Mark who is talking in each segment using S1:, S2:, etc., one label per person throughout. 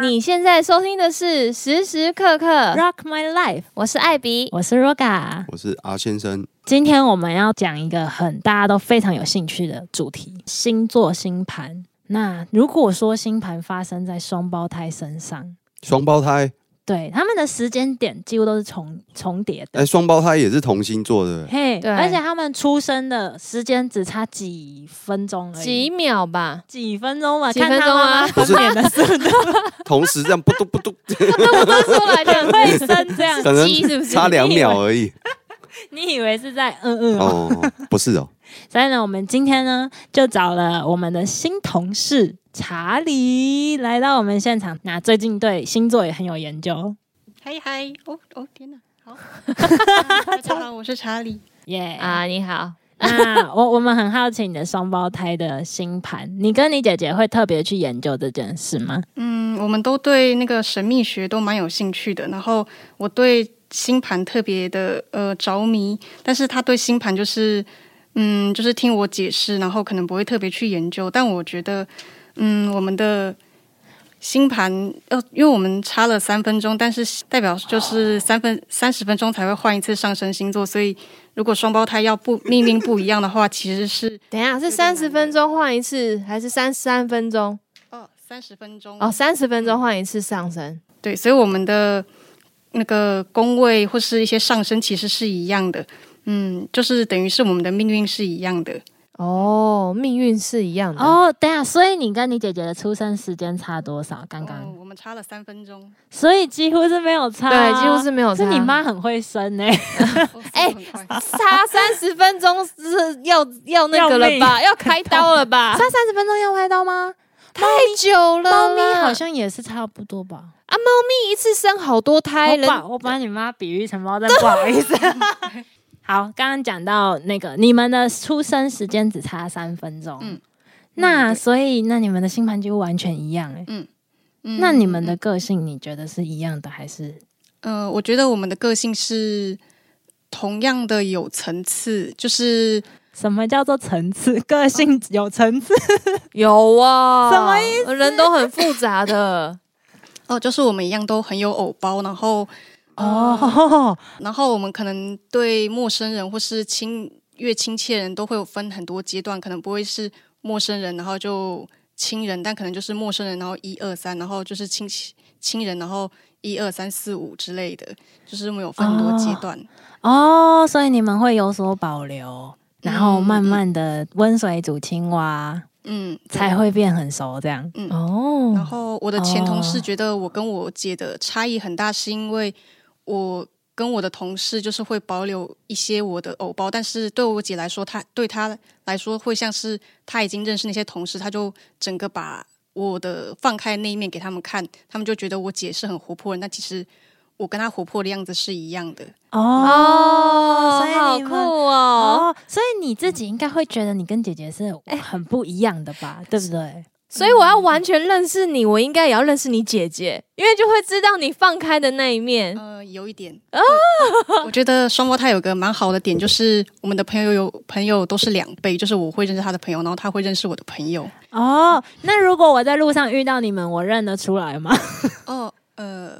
S1: 你现在收听的是时时刻刻，
S2: Rock My Life，
S1: 我是艾比。
S2: 我是 Roga。
S3: 我是阿先生，
S2: 今天我们要讲一个很大家都非常有兴趣的主题——星座星盘。那如果说星盘发生在双胞胎身上，
S3: 双胞胎，
S2: 对他们的时间点几乎都是重重叠的
S3: 哎、。双胞胎也是同星座 的，
S2: 嘿、
S1: 对
S2: 而且他们出生的时间只差几分钟而
S1: 几
S2: 已，
S1: 秒吧，
S2: 几分钟嘛，
S1: 几分
S2: 看他
S1: 钟啊
S2: 妈妈分娩的速度
S3: 同时这样不嘟不 嘟，
S1: 那我都出来 的
S2: 会生这样。
S3: 可能
S1: 鸡是不是
S3: 差两秒而已。
S2: 你以为是在嗯嗯哦
S3: 哦，不是哦，
S2: 所以呢，我们今天呢就找了我们的新同事查理来到我们现场。那最近对星座也很有研究，
S4: 嗨嗨，哦哦，天哪，好，大家好，我是查理。
S2: 耶、
S1: 啊！你好，
S2: 那我我 们很好奇你的双胞胎的星盘，你跟你姐姐会特别去研究这件事吗？
S4: 嗯，我们都对那个神秘学都蛮有兴趣的，然后我对星盘特别的呃着迷，但是他对星盘就是嗯就是听我解释，然后可能不会特别去研究，但我觉得嗯我们的。星盘呃，因为我们差了三分钟，但是代表就是三分三十分钟才会换一次上升星座，所以如果双胞胎要不命运不一样的话，其实是
S1: 等一下是三十分钟换一次，还是三三分钟？
S4: 哦，三十分钟
S1: 哦，三十分钟换一次上升。
S4: 对，所以我们的那个宫位或是一些上升其实是一样的，嗯，就是等于是我们的命运是一样的。
S1: 哦，命运是一样的。哦，
S2: 哦，对啊，所以你跟你姐姐的出生时间差多少？刚刚，
S4: 哦、我们差了三分 钟，
S2: 所以几乎是没有差、
S1: 对，几乎是。没有差。
S2: 是你妈很会生欸呢、
S4: 哦
S1: 哎
S4: 速度很快
S1: 差三十分钟是要要那个了吧？要开刀 了 吧？
S2: 差三十分钟要开刀吗？
S1: 太久了啦。
S2: 猫咪好像也是差不多吧。
S1: 啊，猫咪一次生好多胎，
S2: 我
S1: 哎人
S2: 把我把你妈比喻成猫，但不好意思。好，刚刚讲到那个你们的出生时间只差三分钟，
S4: 嗯
S2: 那、
S4: 嗯对
S2: 所以那你们的星盘几乎完全一样哎、
S4: 嗯
S2: 那你们的个性你觉得是一样的还是？
S4: 呃，我觉得我们的个性是同样的有层次，就是
S2: 什么叫做层次？个
S4: 哦
S2: 性有层次，
S1: 有啊，
S2: 什么
S1: 意思？人都很复杂的。
S4: 哦，就是我们一样都很有偶包，然后
S2: 哦，
S4: 然后我们可能对陌生人或是亲越亲切人都会有分很多阶段，可能不会是陌生人，然后就亲人，但可能就是陌生人，然后一二三，然后就是亲戚亲人，然后一二三四五之类的，就是我们有分很多阶段。
S2: 哦，所以你们会有所保留，然后
S4: 嗯
S2: 慢慢的温水煮青蛙，
S4: 嗯，对
S2: 才。会变很熟这样。
S4: 嗯然
S2: 哦，
S4: 后我的前同事
S2: 哦
S4: 觉得我跟我姐的差异很大，是因为我跟我的同事就是会保留一些我的偶包，但是对我姐来说，她对她来说会像是她已经认识那些同事，她就整个把我的放开那一面给他们看，他们就觉得我姐是很活泼人，但其实我跟她活泼的样子是一样的。
S2: 哦所以
S1: 好
S2: 你
S1: 酷
S2: 们
S1: 哦！
S2: 哦，所以你自己应该会觉得你跟姐姐是很不一样的吧，对不对？
S1: 所以我要完全认识你，我应该也要认识你姐姐，因为就会知道你放开的那一面。
S4: 呃，有一点啊，我觉得双胞胎有个蛮好的点，就是我们的朋友有朋友都是两倍，就是我会认识他的朋友，然后他会认识我的朋友。
S2: 哦，那如果我在路上遇到你们，我认得出来吗？
S4: 哦，呃，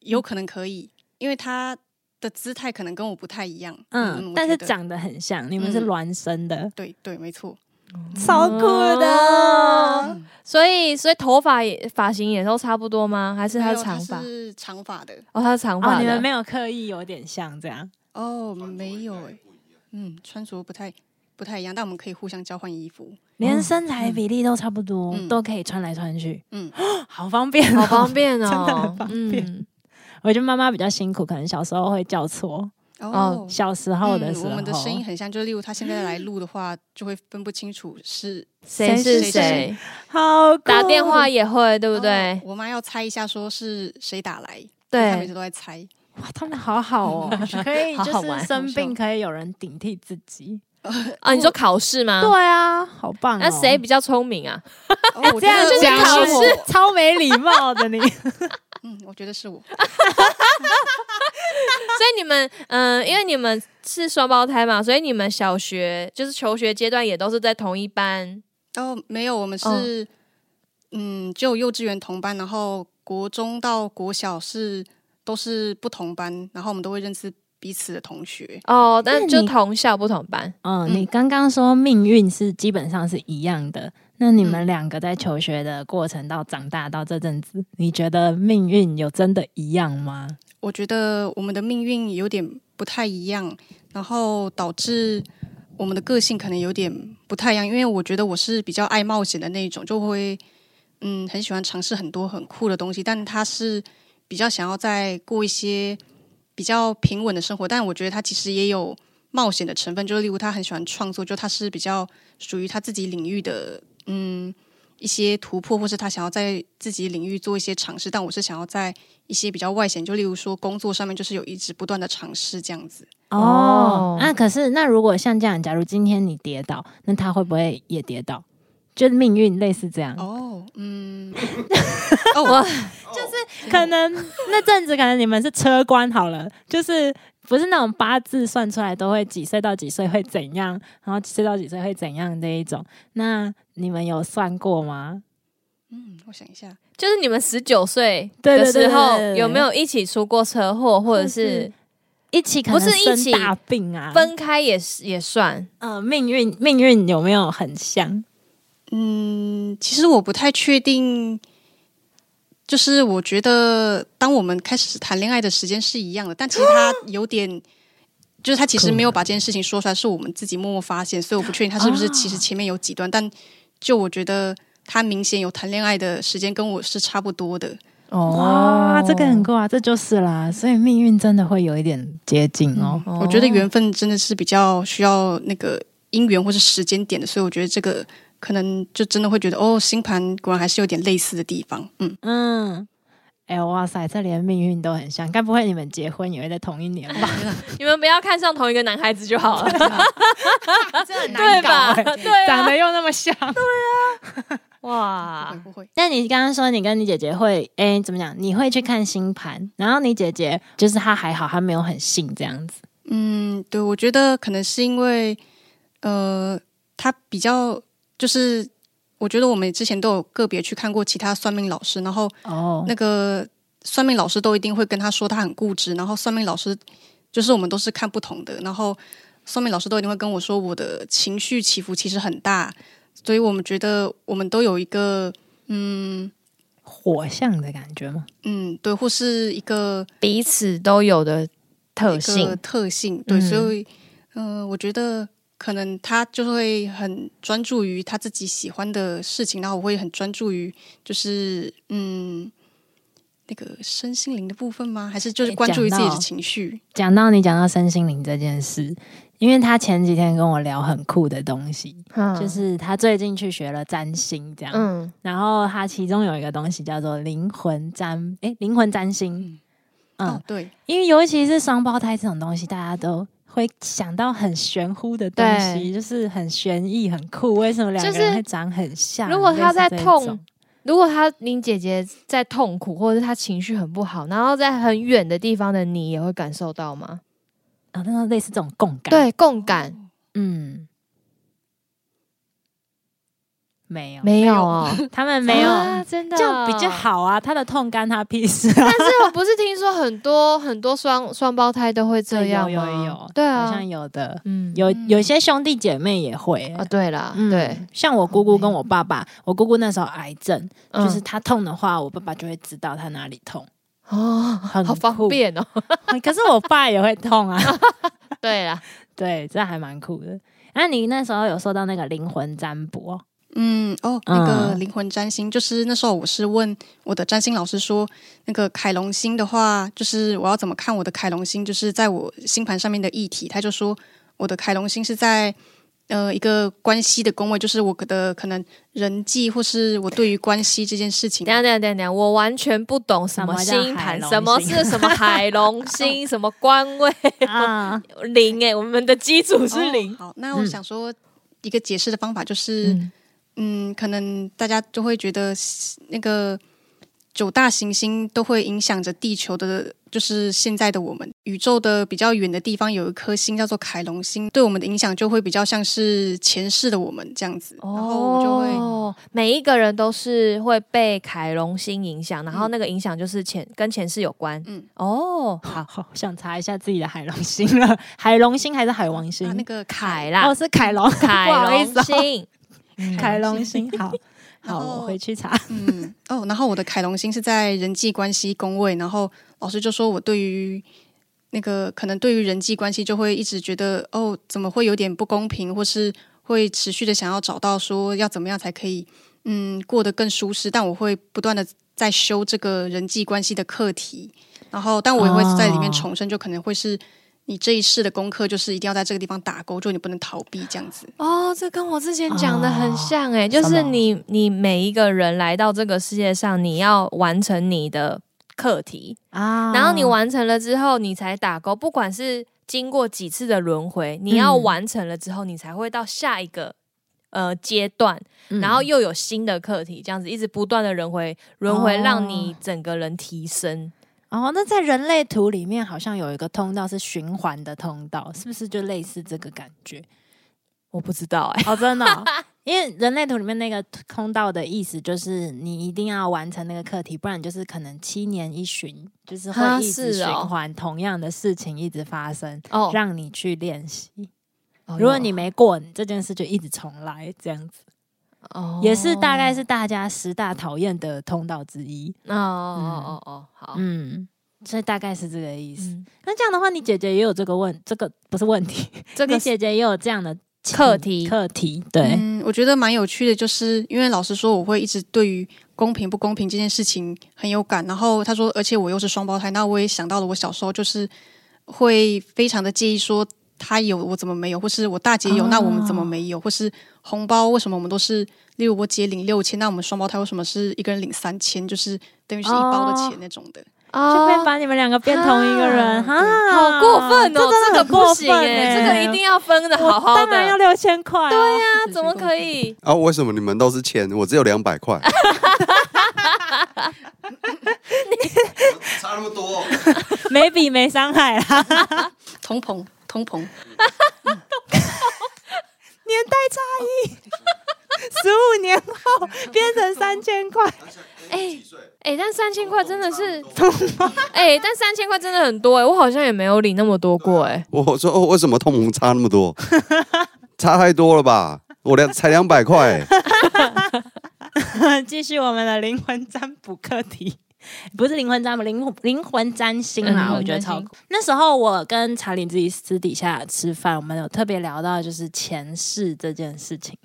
S4: 有可能可以，因为他的姿态可能跟我不太一样。
S2: 嗯，
S4: 我
S2: 但
S4: 觉
S2: 是
S4: 得
S2: 长得很像，你们是
S4: 嗯
S2: 孪生的，
S4: 对对，没错。
S2: 超酷的
S1: 哦。所以，所以头发也发型也都差不多吗？还是
S4: 还
S1: 他
S4: 有
S1: 长发？
S4: 是长发的
S1: 哦，他是长
S2: 哦，
S1: 发
S2: 你们
S1: 的。
S2: 没有刻意有点像这样。
S4: 哦，没有哎，嗯，穿着不太不太一样，但我们可以互相交换衣服。
S2: 连身材比例都差不多，
S4: 嗯
S2: 都可以穿来穿去，
S4: 嗯，
S2: 好方便、
S1: 好方。便哦，
S2: 真的很方便
S1: 嗯，
S2: 我觉得妈妈比较辛苦，可能小时候会叫错。
S4: 哦，
S2: 小时候的时候，
S4: 嗯，我们的声音很像，就是例如他现在来录的话，就会分不清楚是
S1: 谁是
S2: 谁是
S1: 谁
S4: 谁？
S2: 好酷
S1: 打电话也会，对
S4: 对
S1: 不对？
S4: 哦我妈要猜一下，说是谁打来，因为她每
S1: 对
S4: 次，都在猜。
S2: 哇，他们好好 哦，可以
S1: 好好
S2: 就
S1: 玩
S2: 是生病可以有人顶替自己。
S1: 啊，你说考试吗？
S2: 对啊，好棒、哦！
S1: 那谁比较聪明啊？
S4: 哦
S2: 这
S4: 我觉
S2: 样
S4: 得
S1: 就是
S2: 讲
S4: 我
S1: 考
S2: 是
S1: 试
S2: 我超没礼貌的你？
S4: 嗯，我觉得是我。
S1: 所以你们，嗯、因为你们是双胞胎嘛，所以你们小学就是求学阶段也都是在同一班。
S4: 哦，没有，我们
S1: 哦
S4: 是、嗯，就幼稚园同班，然后国中到国小是都是不同班，然后我们都会认识彼此的同学。
S1: 哦，但
S2: 那
S1: 就
S2: 你
S1: 同校不同班，
S2: 嗯，
S4: 嗯
S2: 你刚刚说命运是基本上是一样的，那你们
S4: 嗯
S2: 两个在求学的过程到长大到这阵子，你觉得命运有真的一样吗？
S4: 我觉得我们的命运有点不太一样，然后导致我们的个性可能有点不太一样。因为我觉得我是比较爱冒险的那一种，就会嗯很喜欢尝试很多很酷的东西，但他是比较想要再过一些比较平稳的生活。但我觉得他其实也有冒险的成分，就是例如他很喜欢创作，就他是比较属于他自己领域的嗯一些突破，或是他想要在自己领域做一些尝试。但我是想要在一些比较外显，就例如说工作上面，就是有一直不断的尝试这样子。
S2: 哦
S1: 哦，
S2: 那、可是那如果像这样，假如今天你跌倒，那他会不会也跌倒？就是命运类似这样，
S4: 哦，嗯，
S2: 可能那阵子可能你们是车官好了，就是不是那种八字算出来都会几岁到几岁会怎样，然后几岁到几岁会怎样这一种，那你们有算过吗？
S4: 嗯，我想一下，
S1: 就是你们十九岁
S2: 对
S1: 的
S2: 对对
S1: 时候
S2: 对对对
S1: 有没有一起出过车祸，或者
S2: 或
S1: 是
S2: 是一起可
S1: 不
S2: 能
S1: 是一
S2: 生
S1: 起
S2: 大病啊，
S1: 分开也是也算？
S2: 呃命运命运有没有很像？
S4: 嗯，其实我不太确定，就是我觉得当我们开始谈恋爱的时间是一样的，但其实他有点。就是他其实没有把这件事情说出来，是我们自己默默发现，所以我不确定他是不是其实前面有几段，但就我觉得他明显有谈恋爱的时间跟我是差不多的。
S2: 哇，这个很酷啊，这就是啦，所以命运真的会有一点接近哦。
S4: 我觉得缘分真的是比较需要那个因缘或是时间点的，所以我觉得这个可能就真的会觉得哦，星盘果然还是有点类似的地方。嗯，
S2: 嗯，哎、哇塞，这连命运都很像，该不会你们结婚也会在同一年吧？
S1: 你们不要看上同一个男孩子就好了， 对
S2: 对
S1: 吧？
S2: 吧？
S1: 对
S2: 欸长
S1: 啊，
S2: 得又那么像。
S1: 哇，
S4: 不嗯会
S2: 那你刚刚说你跟你姐姐会，哎、怎么讲？你会去看星盘，然后你姐姐就是她还好，她没有很信这样子。
S4: 嗯，对，我觉得可能是因为呃，他比较就是，我觉得我们之前都有个别去看过其他算命老师，然后
S2: 哦，
S4: 那个算命老师都一定会跟他说他很固执，然后算命老师就是我们都是看不同的，然后算命老师都一定会跟我说我的情绪起伏其实很大，所以我们觉得我们都有一个嗯
S2: 火象的感觉吗？
S4: 嗯对，或是一个
S1: 彼此都有的特
S4: 一个
S1: 性，
S4: 特性，对，
S1: 嗯
S4: 所以嗯、呃我觉得。可能他就会很专注于他自己喜欢的事情，然后我会很专注于就是嗯那个身心灵的部分吗？还是就是
S2: 哎
S4: 关注于自己
S2: 讲
S4: 的
S2: 到
S4: 情绪？
S2: 讲到你讲到身心灵这件事，因为她前几天跟我聊很酷的东西，就
S1: 就是
S2: 她最近去学了占星，这样。
S1: 嗯，
S2: 然后它其中有一个东西叫做灵魂占，诶，灵魂占星。嗯，
S4: 哦，对，
S2: 因为尤其是双胞胎这种东西，大家都会想到很玄乎的东西，就是很悬疑、很酷。为什么两个
S1: 就是
S2: 人会长很像？
S1: 如果他在
S2: 类似这一种
S1: 痛，如果他你姐姐在痛苦，或者是她情绪很不好，然后在很远的地方的你也会感受到吗？
S2: 啊，那种类似这种共感，，
S1: 对，共感
S2: 嗯，没有，
S1: 没有哦，
S2: 他们没有，
S1: 啊真的
S2: 这样比较。好啊。他的痛干他屁事 啊，
S1: 但是我不是听说很多很多双双胞胎都会这样
S2: 有
S1: 吗？
S2: 有有，
S1: 对
S2: 好
S1: 啊
S2: 像，有的，
S1: 嗯，
S2: 有
S4: 嗯
S2: 有些兄弟姐妹也会、
S1: 啊，对啦，
S2: 嗯
S1: 对，，
S2: 像我姑姑跟我爸爸，我姑姑那时候癌症，
S1: 嗯
S2: 就是她痛的话，我爸爸就会知道她哪里痛。
S1: 哦，
S2: 很
S1: 好方
S2: 酷
S1: 便哦。
S2: 可是我爸也会痛啊，
S1: 对啦，
S2: 对，这还蛮酷的。那、你那时候有说到那个灵魂占卜哦，
S4: 嗯，哦，那个
S2: 嗯
S4: 灵魂占星，就是那时候我是问我的占星老师说，那个凯龙星的话，就是我要怎么看我的凯龙星，就是在我星盘上面的议题，他就说我的凯龙星是在呃一个关系的宫位，就是我的可能人际或是我对于关系这件事情
S1: 等一，下等一下等一下等一下，我完全不懂什么
S2: 什么叫
S1: 星盘，
S2: 海龙
S1: 什么
S2: 星
S1: 是 什么海龙星，什么官位
S2: 啊，
S1: 零哎，我们的基础是
S4: 哦
S1: 零。
S4: 好，那我想说一个解释嗯的方法就是，嗯，可能大家就会觉得那个九大行星都会影响着地球的，就是现在的我们。宇宙的比较远的地方有一颗星叫做凯龙星，对我们的影响就会比较像是前世的我们这样子。然后我就会
S1: 哦，每一个人都是会被凯龙星影响，然
S2: 嗯
S1: 后那个影响就是前跟前世有关。嗯
S4: 嗯，
S1: 哦，
S2: 好好想查一下自己的海龙星了，海龙星还是海王星？
S4: 啊，那个凯
S1: 凯啦，
S2: 哦，是凯龙，
S1: 凯
S2: 不好意思
S1: 龙
S2: 哦
S1: 星，嗯
S2: 凯龙星。好，
S4: 然
S2: 好，
S4: 后
S2: 我回去查。
S4: 嗯，哦，然后我的凯龙星是在人际关系宫位，然后老师就说我对于那个可能对于人际关系就会一直觉得哦，怎么会有点不公平，或是会持续的想要找到说要怎么样才可以嗯过得更舒适，但我会不断的在修这个人际关系的课题，然后但我也会在里面
S2: 哦
S4: 重生，就可能会是。你这一世的功课就是一定要在这个地方打勾，就你不能逃避这样子。
S1: 哦，这跟我之前讲的很像哎、就
S2: 啊什么
S1: 是你你每一个人来到这个世界上，你要完成你的课题，
S2: 啊
S1: 然后你完成了之后，你才打勾，不管是经过几次的轮回，你要
S2: 嗯
S1: 完成了之后，你才会到下一个。呃，阶段，
S2: 嗯
S1: 然后又有新的课题，这样子一直不断的轮回，轮回
S2: 哦
S1: 让你整个人提升。
S2: 哦，那在人类图里面好像有一个通道是循环的通道，是不是就类似这个感觉？
S1: 我不知道哎、
S2: 哦，真的哦、 因为人类图里面那个通道的意思就是你一定要完成那个课题，不然就是可能七年一巡，就是
S1: 啊
S2: 会一直
S1: 是
S2: 循
S1: 哦
S2: 环、同样的事情一直发生，
S1: 哦
S2: 让你去练习。
S1: 哦
S2: 如果你
S1: 有
S2: 没过这件事，就一直重来，这样子、
S1: 哦
S2: 也是大概是大家十大讨厌的通道之一。
S1: 哦哦哦哦，好，
S2: 嗯，所以大概是这个意思。
S1: 嗯，
S2: 那这样的话，你姐姐也有这个问，这个不是问题，
S1: 这
S2: 你
S1: 个
S2: 姐姐也有这样的
S1: 课题
S2: 课题对。
S4: 嗯，我觉得蛮有趣的，就是因为老师说我会一直对于公平不公平这件事情很有感，然后他说，而且我又是双胞胎，那我也想到了我小时候就是会非常的介意说他有我怎么没有，或是我大姐有、
S2: 哦
S4: 那我们怎么没有，或是红包为什么我们都是，例如我姐领六千，那我们双胞胎为什么是一个人领三千，就是等于是一包的
S2: 哦啊
S4: 钱那种的。
S2: 就
S1: 哦
S2: 被把你们两个变同一个人，哈、
S1: 好过分哦，
S2: 真
S1: 啊这个
S2: 的很过
S1: 不
S2: 分
S1: 行哎，这个一定要分的
S2: 我
S1: 好好
S2: 当然要
S1: 的。
S2: 六千块、啊对呀、
S1: 那怎么可以？
S3: 啊，为什么你们都是钱，我只有两百块？差那么多、
S2: 没比没伤害啦，
S4: 通膨，通膨，
S2: 年代差异，十五年后变成三千 块，
S1: 哎哎，但三千块真的是， 哎，但三千块真的很多哎，我好像也没有领那么多过哎。
S3: 我说哦，为什么通膨差那么多？差太多了吧？我两才两百块、
S2: 嗯继续我们的灵魂占卜课题。不是灵魂占卜，灵灵魂占星啦，
S1: 嗯
S2: 我觉得超
S1: 灵魂占
S2: 酷。那时候我跟查理自己私底下吃饭，我们有特别聊到就是前世这件事情。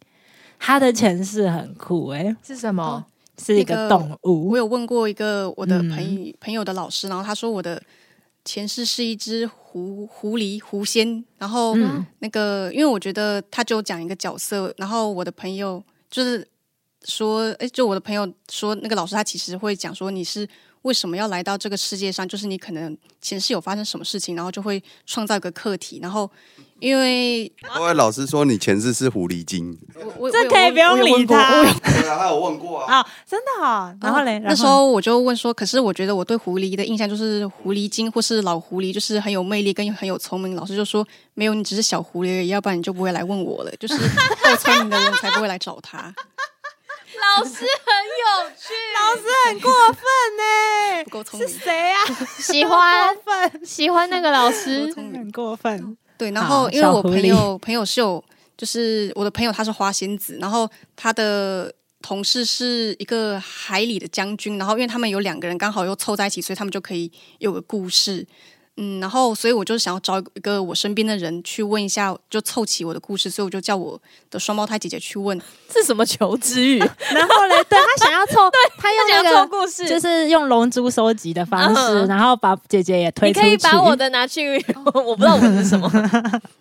S2: 他的前世很酷诶、
S1: 是什么？
S2: 是一
S4: 那
S2: 个
S4: 个
S2: 动物
S4: 我。有问过一个我的
S2: 嗯
S4: 朋友、朋友的老师，然后他说我的前世是一只狐狐狸狐仙，然后
S2: 嗯
S4: 那个因为我觉得他就讲一个角色，然后我的朋友就是说，哎，就我的朋友说那个老师他其实会讲说你是。为什么要来到这个世界上？就是你可能前世有发生什么事情，然后就会创造一个课题。然后，因为
S3: 各位老师说你前世是狐狸精，
S4: 我我
S2: 这可以不用理他
S3: 对啊，他有问过啊。
S2: 啊、真的哦。然后嘞，然后
S4: 那时候我就问说，可是我觉得我对狐狸的印象就是狐狸精或是老狐狸，就是很有魅力跟很有聪明。老师就说没有，你只是小狐狸而已，要不然你就不会来问我了。就是 够聪明的人才不会来找他，
S1: 老师很有 趣，
S2: 老师很过分呢、
S4: 不够聪
S2: 是
S4: 明。
S2: 谁啊？
S1: 喜欢
S2: 过分，
S1: 喜欢那个老 师
S4: 聪明
S2: 很过分。
S4: 嗯对，然
S2: 好
S4: 后因为
S2: 小
S4: 我
S2: 狐
S4: 朋
S2: 狸
S4: 友朋友秀，就是我的朋友他是花仙子，然后他的同事是一个海里的将军，然后因为他们有两个人刚好又凑在一起，所以他们就可以有个故事。嗯，然后所以我就想要找一个我身边的人去问一下，就凑齐我的故事，所以我就叫我的双胞胎姐姐去问。
S1: 是什么求知欲？
S2: 然后嘞，对他想要 凑，他用
S1: 讲
S2: 那
S1: 错
S2: 个
S1: 故事，
S2: 就是用龙珠收集的方式，
S1: 嗯
S2: 然后把姐姐也推
S1: 你
S2: 出
S1: 可
S2: 去。
S1: 以把我的拿去， 我 我不知道我的是什么。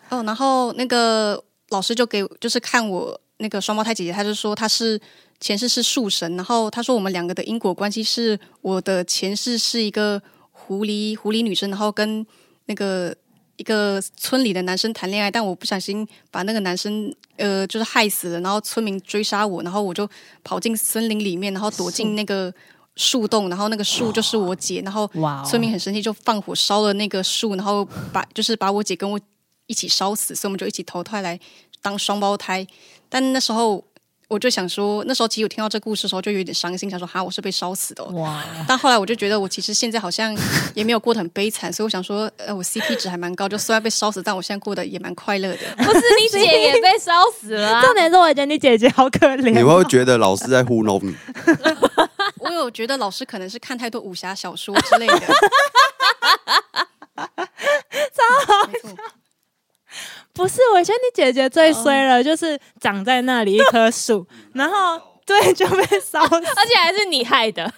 S4: 哦，然后那个老师就给，就是看我那个双胞胎姐姐，她就说她是前世是树神，然后她说我们两个的因果关系是我的前世是一个狐狸狐狸女生，然后跟那个一个村里的男生谈恋爱，但我不小心把那个男生呃就是害死了，然后村民追杀我，然后我就跑进森林里面，然后躲进那个。树洞，然后那个树就是我姐，然后
S2: 哇哦
S4: 村民很生气，就放火烧了那个树，然后把就是把我姐跟我一起烧死，所以我们就一起投胎来当双胞胎。但那时候我就想说，那时候其实我听到这故事的时候就有点伤心，想说哈，我是被烧死的、哦。
S2: 哇，
S4: 但后来我就觉得，我其实现在好像也没有过得很悲惨，所以我想说，呃，我 CP 值还蛮高，就虽然被烧死，但我现在过得也蛮快乐 的。
S1: 不是你姐也被烧死了、 啊，
S2: 重点是我觉得你姐姐好可怜，哦
S3: 你会不会觉得老师在糊弄你？
S4: 我有觉得老师可能是看太多武侠小说之类的。 没错，
S2: 不是，我觉得你姐姐
S1: 嗯
S2: 最衰了，就是长在那里一棵 树，然后对就被烧死。
S1: 而且还是你害的。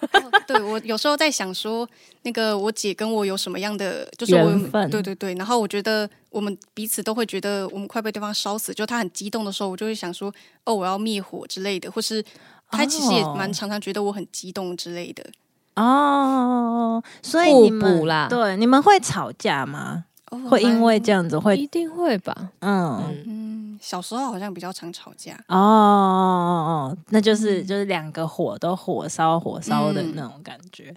S4: 对我有时候在想说，那个我姐跟我有什么样的，就是我
S2: 缘分
S4: 对对对。然后我觉得我们彼此都会觉得我们快被对方烧死，就她很激动的时候，我就会想说，哦，我要灭火之类的，或是她其实也
S2: 哦
S4: 蛮常常觉得我很激动之类的。
S2: 哦，所以你
S1: 互
S2: 们
S1: 补啦
S2: 对，你们会吵架吗？
S4: 哦
S2: 会因为
S4: 蛮
S2: 这样子会
S1: 一定会吧？
S2: 嗯。
S4: 嗯，小时候好像比较常吵架。
S2: 哦哦哦，那
S1: 嗯
S2: 就是就是两个火都火烧火烧的那种感觉，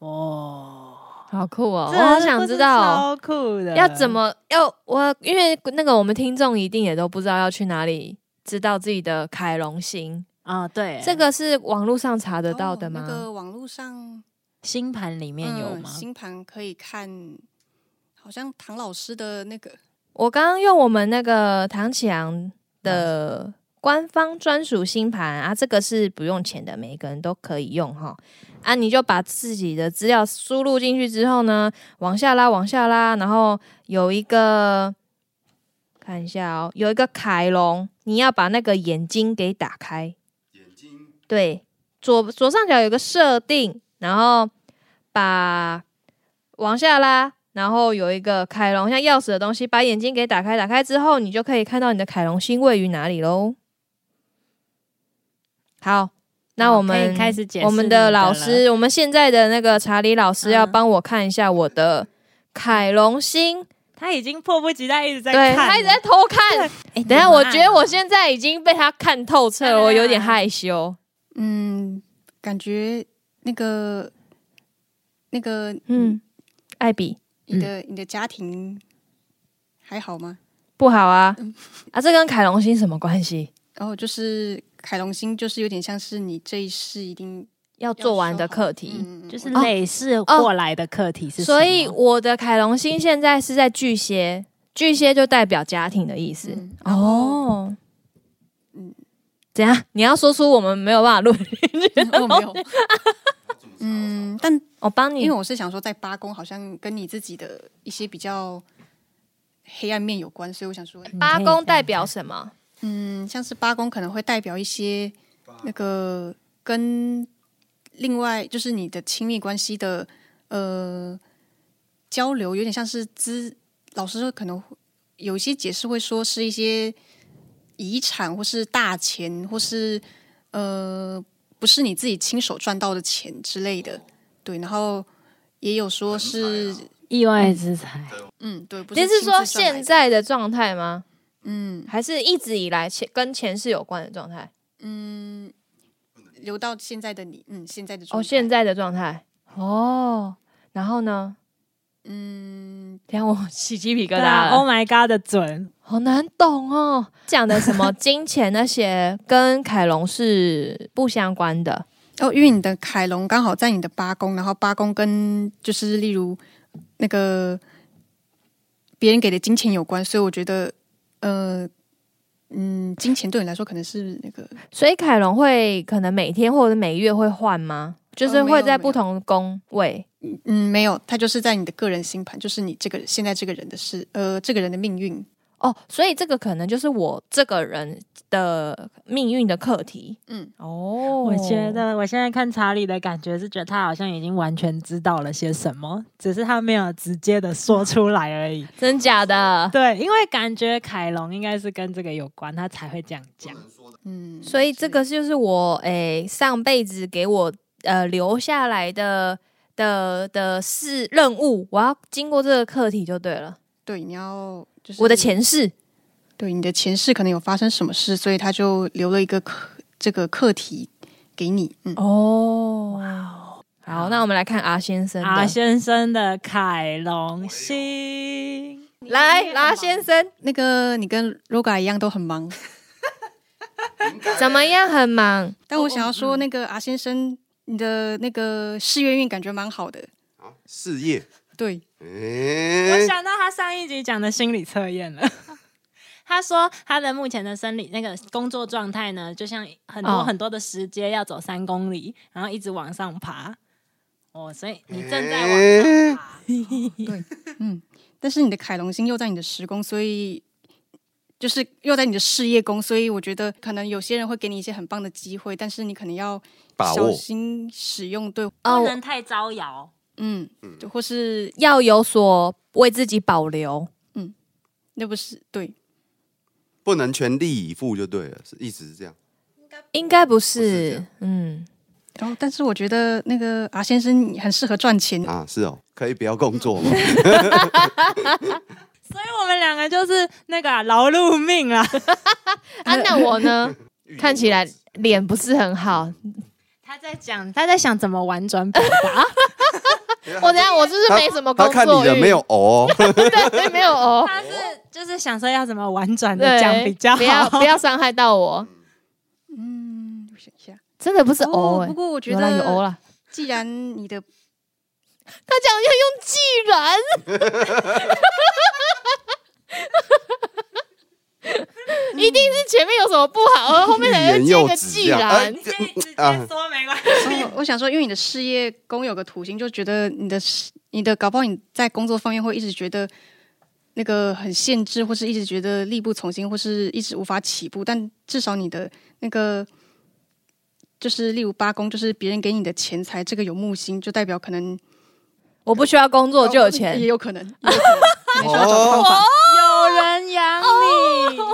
S2: 哦，
S1: 好酷嗯哦！
S2: 这
S1: 我好想知道哦
S2: 超酷的，
S1: 要怎么要我，因为那个我们听众一定也都不知道要去哪里。知道自己的凯龙星，
S2: 啊？对，
S1: 这个是网络上查得到的
S4: 哦
S1: 吗？
S4: 那个网络上
S2: 星盘里面有
S4: 嗯
S2: 吗？
S4: 星盘可以看，好像唐老师的那个
S1: 我刚刚用我们那个唐启阳的官方专属星盘啊，这个是不用钱的，每个人都可以用哈。啊，你就把自己的资料输入进去之后呢，往下拉，往下拉，然后有一个看一下哦，有一个凯龙，你要把那个眼睛给打开。眼睛对，左左上角有个设定，然后把往下拉，然后有一个凯龙像钥匙的东西，把眼睛给打开，打开之后你就可以看到你的凯龙星位于哪里喽。好，那
S2: 好
S1: 我
S2: 可以
S1: 们
S2: 开始解释
S1: 我们
S2: 你的
S1: 的老
S2: 了
S1: 师，我们现在的那个查理老师要
S2: 嗯
S1: 帮我看一下我的凯龙星，
S2: 他已经迫不及待一直在
S1: 对
S2: 看了，
S1: 他一直在偷看。
S2: 哎
S1: 等一下，
S2: 怎么
S1: 我
S2: 按
S1: 觉得我现在已经被他看透彻
S2: 来来
S1: 了，
S2: 来
S1: 我有点害羞。
S4: 嗯，感觉那个那个
S1: 嗯，艾比
S4: 你的、你的家庭还好吗？
S1: 不好啊啊，这跟凯龙星什么关系？
S4: 然、后就是凯龙星，就是有点像是你这一世一定
S1: 要
S4: 要
S1: 做完
S4: 修
S1: 的
S4: 好
S1: 课题。
S4: 嗯
S2: 就是
S1: 哦
S2: 累世过来的课题是什么，嗯
S1: 所以我的凯龙星现在是在巨蟹，巨蟹就代表家庭的意思。
S4: 嗯然后
S1: 哦，嗯
S4: 嗯，
S1: 怎样？你要说出我们没有办法录，
S4: 我没有。嗯，但
S1: 我帮
S4: 因
S1: 你
S4: 为。我是想说，在八宫好像跟你自己的一些比较黑暗面有关，所以我想说，
S1: 八宫代表什么？
S4: 嗯，像是八宫可能会代表一些那个跟另外就是你的亲密关系的呃交流，有点像是资老师说可能会有一些解释会说是一些遗产或是大钱或是呃不是你自己亲手赚到的钱之类的，对，然后也有说是、
S2: 意外之财，
S4: 嗯对，不是
S1: 您是
S4: 亲自
S1: 说
S4: 赚
S1: 现
S4: 来的
S1: 在的状态吗？
S4: 嗯
S1: 还是一直以来前跟前世有关的状态？
S4: 嗯，留到现在的你，嗯，现在的状
S1: 哦，
S4: 态
S1: 现在的状态哦。然后呢？
S4: 嗯，
S1: 等一下我起鸡皮疙
S2: 对
S1: 瘩
S2: 啊
S1: 了
S2: ，Oh，my God 的准，
S1: 好难懂哦。讲的什么金钱那些跟凯龙是不相关的。
S4: 哦，因为你的凯龙刚好在你的八宫，然后八宫跟就是例如那个别人给的金钱有关，所以我觉得，呃，嗯，金钱对你来说可能是那个，
S1: 所以凯龙会可能每天或者每月会换吗？就是
S4: 呃没
S1: 会
S4: 有
S1: 在
S4: 没
S1: 不
S4: 有
S1: 同宫位。
S4: 嗯，没有，它就是在你的个人星盘，就是你这个现在这个人的事，呃，这个人的命运，
S1: 哦，所以这个可能就是我这个人的命运的课题。
S4: 嗯，
S1: 哦，
S2: 我觉得我现在看查理的感觉是觉得他好像已经完全知道了些什么，只是他没有直接的 说出来而已。
S1: 真假的，
S2: 对，因为感觉凯龙应该是跟这个有关，他才会这样讲。
S4: 嗯，
S1: 所以这个就是我诶、上辈子给我呃留下来的的的事任务，我要经过这个课题就对了。
S4: 对，你要就是
S1: 我的前世
S4: 对你的前世可能有发生什么事，所以他就留了一个课这个课题给你。嗯，
S1: 哦，哇哦，好，那我们来看阿先生的，
S2: 阿啊先生的凯龙星，
S1: 来，阿先生
S4: 那个你跟 Roga 一样都很忙，
S1: 怎么样？很忙，
S4: 但
S3: 哦
S4: 我想要
S3: 嗯
S4: 说，那个阿先生，你的那个事业运感觉蛮好的。
S3: 啊事业，
S4: 对，
S2: 我
S3: 哎，
S2: 想到他上一集讲的心理测验了。 他说他的目前的生理那个工作状态呢，就像很多
S1: 哦
S2: 很多的石阶要走三公里，然后一直往上爬。哦，所以你正在往
S1: 哎
S2: 上爬。
S4: 但是你的凯龙星又在你的十宫，所以就是又在你的事业宫，所以我觉得可能有些人会给你一些很棒的机会，但是你可能要
S3: 把
S4: 小
S3: 握
S4: 心使用。对，
S2: 不
S1: 哦，
S2: 能太招摇。
S4: 嗯，对或是
S1: 要有所为自己保留。
S4: 那不是对，
S3: 不能全力以赴就对了，是一直是这样。
S1: 应该不
S3: 不是这
S1: 是
S3: 样，
S1: 嗯，
S4: 然哦后但是我觉得那个阿先生你很适合赚钱，
S3: 啊，是哦，可以不要工 作吗？
S2: 所以我们两个就是那个啊劳碌命啊。
S1: 啊，那我 呢？看起来脸不是很好，
S2: 他在讲，他在想怎么婉转表达。
S1: 我等一下我就是
S3: 他
S1: 没什么工
S3: 他
S1: 作
S3: 看你的
S1: 欲
S3: 没有哦，
S1: 对，没有哦，
S2: 他是就是想说要怎么婉转的
S1: 对，
S2: 讲比较好。
S1: 不要 不要伤害到我，
S4: 嗯，我想一下，
S1: 真的不是哦、欸，
S4: 不过我觉
S1: 有啦有哦
S4: 得，
S1: 啦，
S4: 既然你的
S1: 他讲要用既然， 一定是前面有什么不好，而后面才
S3: 欲
S1: 会
S3: 言
S1: 接一
S3: 又
S1: 个
S3: 止
S1: 既
S3: 这样
S1: 然
S3: 哎。
S2: 可以直接
S3: 啊
S2: 说没关系。
S4: 哦 我想说，因为你的事业宫有个土星，就觉得你的事你的搞不好你在工作方面会一直觉得那个很限制，或是一直觉得力不从心，或是一直无法起步。但至少你的那个就是例如八宫，就是别人给你的钱财，这个有木星，就代表可能
S1: 我不需要工作就有
S3: 哎
S4: 也
S1: 钱，
S4: 有 可能，也有可能可能需要找
S3: 哦
S4: 方法，
S2: 有人养你，
S1: 哦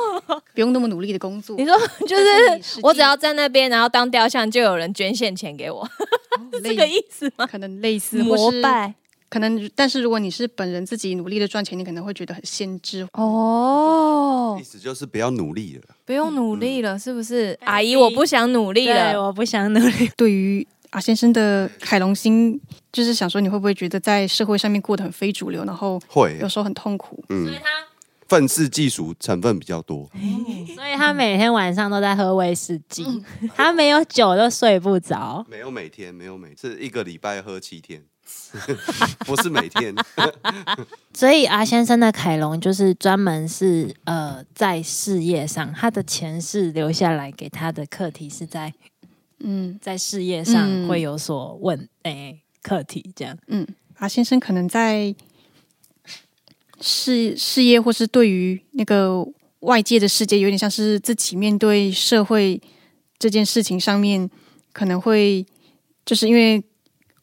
S4: 不用那么努力的工作
S1: 你。 说就
S4: 但你
S1: 是
S4: 实际
S1: 我只要在那边，然后当雕像，就有人捐献钱给我，
S4: 哦
S1: 这个
S4: 类
S1: 意思吗？
S4: 可能类似或
S1: 膜
S4: 是
S1: 拜
S4: 可能，但是如果你是本人自己努力的赚钱，你可能会觉得很限制，
S1: 哦
S3: 意，思就是不要努力了。
S1: 不用努
S2: 嗯
S1: 力了，是不是？
S2: 但是
S1: 阿姨，我不想努力
S2: 对，
S1: 了。
S2: 我不想努力。
S4: 对于阿先生的凯龙星，就是想说你会不会觉得在社会上面过得很非主流，然后
S3: 会
S4: 有，时候很痛苦？
S2: 所以
S3: 嗯，
S2: 他，
S3: 愤世嫉俗成分比较多，
S2: 所以他每天晚上都在喝威士忌， 他没有酒都睡不着。
S3: 没有每天，没有每是一个礼拜喝七天， 不是每 天。
S2: 所以阿先生的凯龙就是专门是呃在事业上，他的前世留下来给他的课题是在
S4: 嗯
S2: 在事业上
S4: 嗯
S2: 会有所问诶课、题这样。
S4: 嗯，阿先生可能在事事业或是对于那个外界的世界，有点像是自己面对社会这件事情上面，可能会就是因为。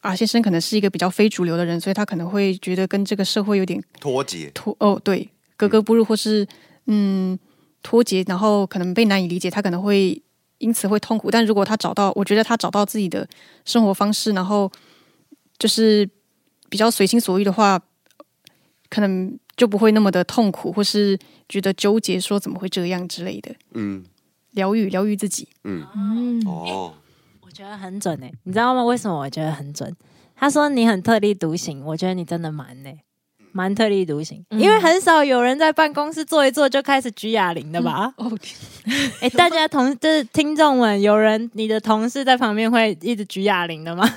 S4: 阿先生可能是一个比较非主流的人，所以他可能会觉得跟这个社会有点
S3: 脱节，
S4: 脱哦，对，格格不入或是嗯脱节，然后可能被难以理解，他可能会因此会痛苦。但如果他找到，我觉得他找到自己的生活方式，然后就是比较随心所欲的话，可能就不会那么的痛苦，或是觉得纠结说怎么会这样之类的。
S3: 嗯
S4: 疗愈，疗愈自己，
S1: 嗯，
S3: 哦，
S2: 我觉得很准诶、你知道吗？为什么我觉得很准？他说你很特立独行，我觉得你真的蛮呢、蛮特立独行，
S1: 嗯
S2: 因为很少有人在办公室坐一坐就开始举哑铃的吧？
S4: 哦，
S2: 哎、大家同就是听众们，有人你的同事在旁边会一直举哑铃的吗？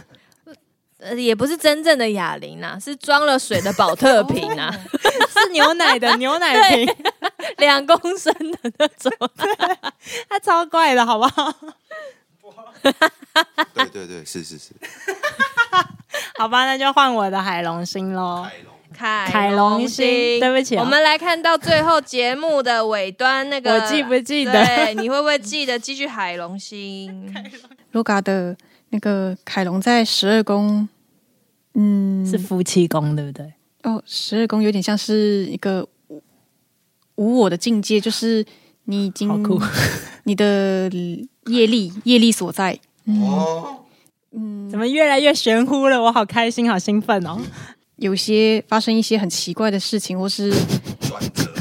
S1: 呃，也不是真正的哑铃啦，是装了水的保特瓶啊，
S2: 是牛奶 的牛奶瓶，
S1: 两公升的那 种。
S2: 它超怪的好不好？
S3: 对对对，是是是，
S2: 好吧，那就换我的海龙星喽。
S3: 海龙
S1: 凯
S2: 凯龙星对不起啊
S1: 我们来看到最后节目的尾端那个，
S2: 我记不记得
S1: 对，你会不会记得继续海龙星？
S4: 罗嘎的那个凯龙在十二宫，嗯，
S2: 是夫妻宫对不对？
S4: 哦，十二宫有点像是一个无无我的境界，就是你已经
S2: 好酷
S4: 你的业力业力所在。
S3: 哦，
S2: 怎么越来越玄乎了？我好开心，好兴奋 哦！
S4: 有些发生一些很奇怪的事情，或是
S3: 转折，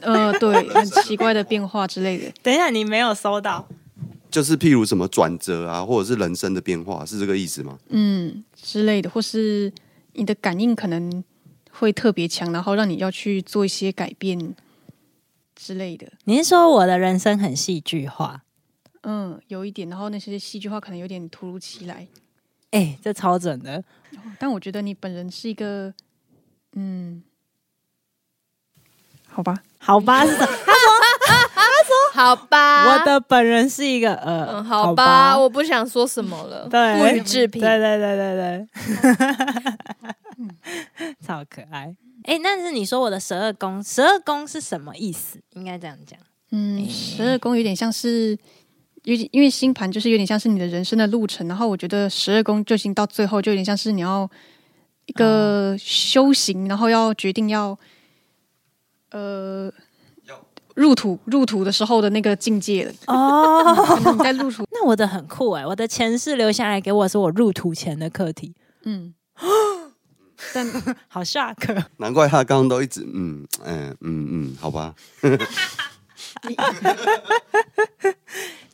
S4: 呃，对，很奇怪的变化之类的。
S2: 等一下，你没有收到，
S3: 就是譬如什么转折啊，或者是人生的变化，是这个意思吗？
S4: 嗯之类的，或是你的感应可能会特别强，然后让你要去做一些改变之类的。
S2: 你是说我的人生很戏剧化？
S4: 嗯，有一点，然后那些戏剧化可能有点突如其来，
S2: 哎、这超准的，
S4: 但我觉得你本人是一个，嗯，好吧，
S2: 好 吧？是什么
S1: 好吧，
S2: 我的本人是一个呃，
S1: 嗯，好吧，
S2: 啊吧，
S1: 我不想说什么了，
S2: 对
S1: 不予置评
S2: 对。对对对 对，超可爱。哎、但是你说我的十二宫，十二宫是什么意思？应该这样讲。
S4: 嗯，十二宫有点像是，有点因为星盘就是有点像是你的人生的路程，然后我觉得十二宫就已经到最后，就有点像是你要一个修行，然后要决定要，呃，入土入土的时候的那个境界了。
S2: 哦，
S4: 可能你在入土，
S2: 那我的很酷哎、我的前世留下来给我是我入土前的课题，
S4: 嗯，但
S2: 好 shock。哦
S3: 难怪他刚刚都一直嗯嗯嗯嗯，好吧，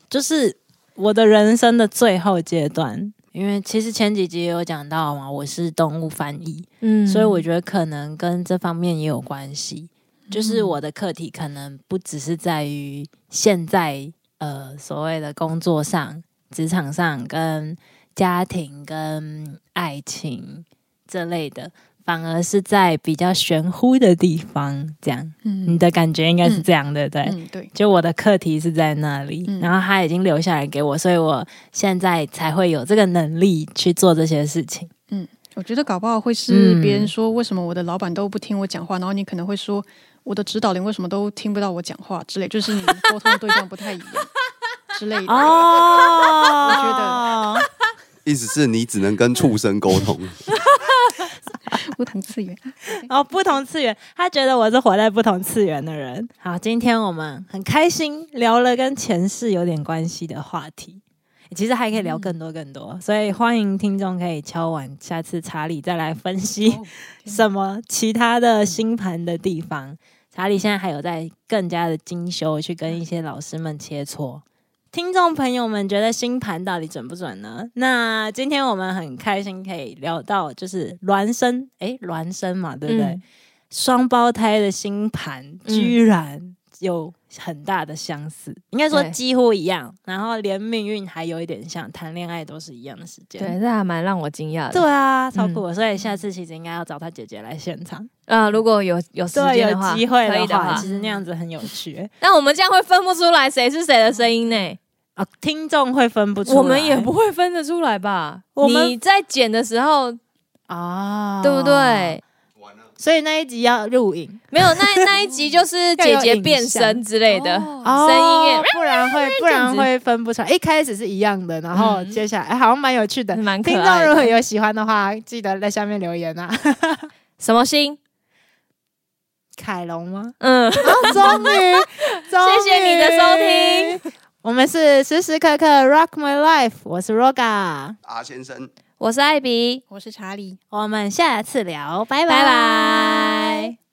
S2: 就是我的人生的最后阶段。因为其实前几集也有讲到嘛，我是动物翻译，
S1: 嗯
S2: 所以我觉得可能跟这方面也有关系。就是我的课题可能不只是在于现在呃所谓的工作上、职场上、跟家庭、跟爱情这类的，反而是在比较玄乎的地方。这样，
S4: 嗯
S2: 你的感觉应该是这样，对不对？
S4: 嗯对，
S2: 就我的课题是在那里，
S4: 嗯
S2: 然后他已经留下来给我，所以我现在才会有这个能力去做这些事情。
S4: 我觉得搞不好会是
S2: 嗯
S4: 别人说为什么我的老板都不听我讲话，然后你可能会说我的指导灵为什么都听不到我讲话之类，就是你们沟通对象不太 一样之类的。
S2: 哦，
S4: 我觉
S2: 得
S3: 意思是你只能跟畜生 沟通，
S4: 不同次元，
S2: 哦，不同次元，他觉得我是活在不同次元的人。好，今天我们很开心聊了跟前世有点关系的话题，其实还可以
S4: 嗯
S2: 聊更多更多，所以欢迎听众可以敲碗，下次查理再来分 析、
S4: 哦天嗯
S2: 什么其他的星盘的地方。查理现在还有在更加的精修，去
S4: 嗯
S2: 跟一些老师们切磋。听众朋友们，觉得星盘到底准不准呢？那今天我们很开心可以聊到就是孪生，诶，孪生嘛，对不对？
S1: 嗯
S2: 双胞胎的星盘居然有很大的相似，应该说
S1: 对
S2: 几乎一样，然后连命运还有一点像，谈恋爱都是一样的时间。
S1: 对，这嗯还蛮让我惊讶的。
S2: 对啊，超酷的！所以下次其实应该要找他姐姐来现场，
S1: 啊，如果有有时
S2: 对，
S1: 间的
S2: 有
S1: 话，
S2: 机会
S1: 可以
S2: 的
S1: 的话
S2: 其，实那样子很有趣。
S1: 但我们这样会分不出来谁是谁的声音呢？
S2: 啊，听众会分不出来，
S1: 我们也不会分得出来吧？
S2: 我们
S1: 你在剪的时候，
S2: 啊，
S1: 对不？对？
S2: 所以那一集要录影，
S1: 没有，那那一集 就是姐姐变身之类的
S2: 哦
S1: 声音 也
S2: 不然会不
S1: 这样
S2: 然
S1: 子
S2: 会分不出来。一开始是一样的，然后
S1: 嗯
S2: 接下来、哎好像蛮有趣的。
S1: 蛮可
S2: 听众如
S1: 爱
S2: 果
S1: 的。
S2: 有喜欢的话，记得在下面留 言啊。
S1: 什么星？
S2: 凯龙 吗？
S1: 嗯，
S2: 啊，终于，终于
S1: 谢谢你的
S2: 收听。我们是时时刻刻 Rock My Life，我是 Roga，
S3: 阿啊先生。
S1: 我是艾比，
S4: 我是查理。
S2: 我们下次聊，拜
S1: 拜
S2: 拜。
S1: 拜。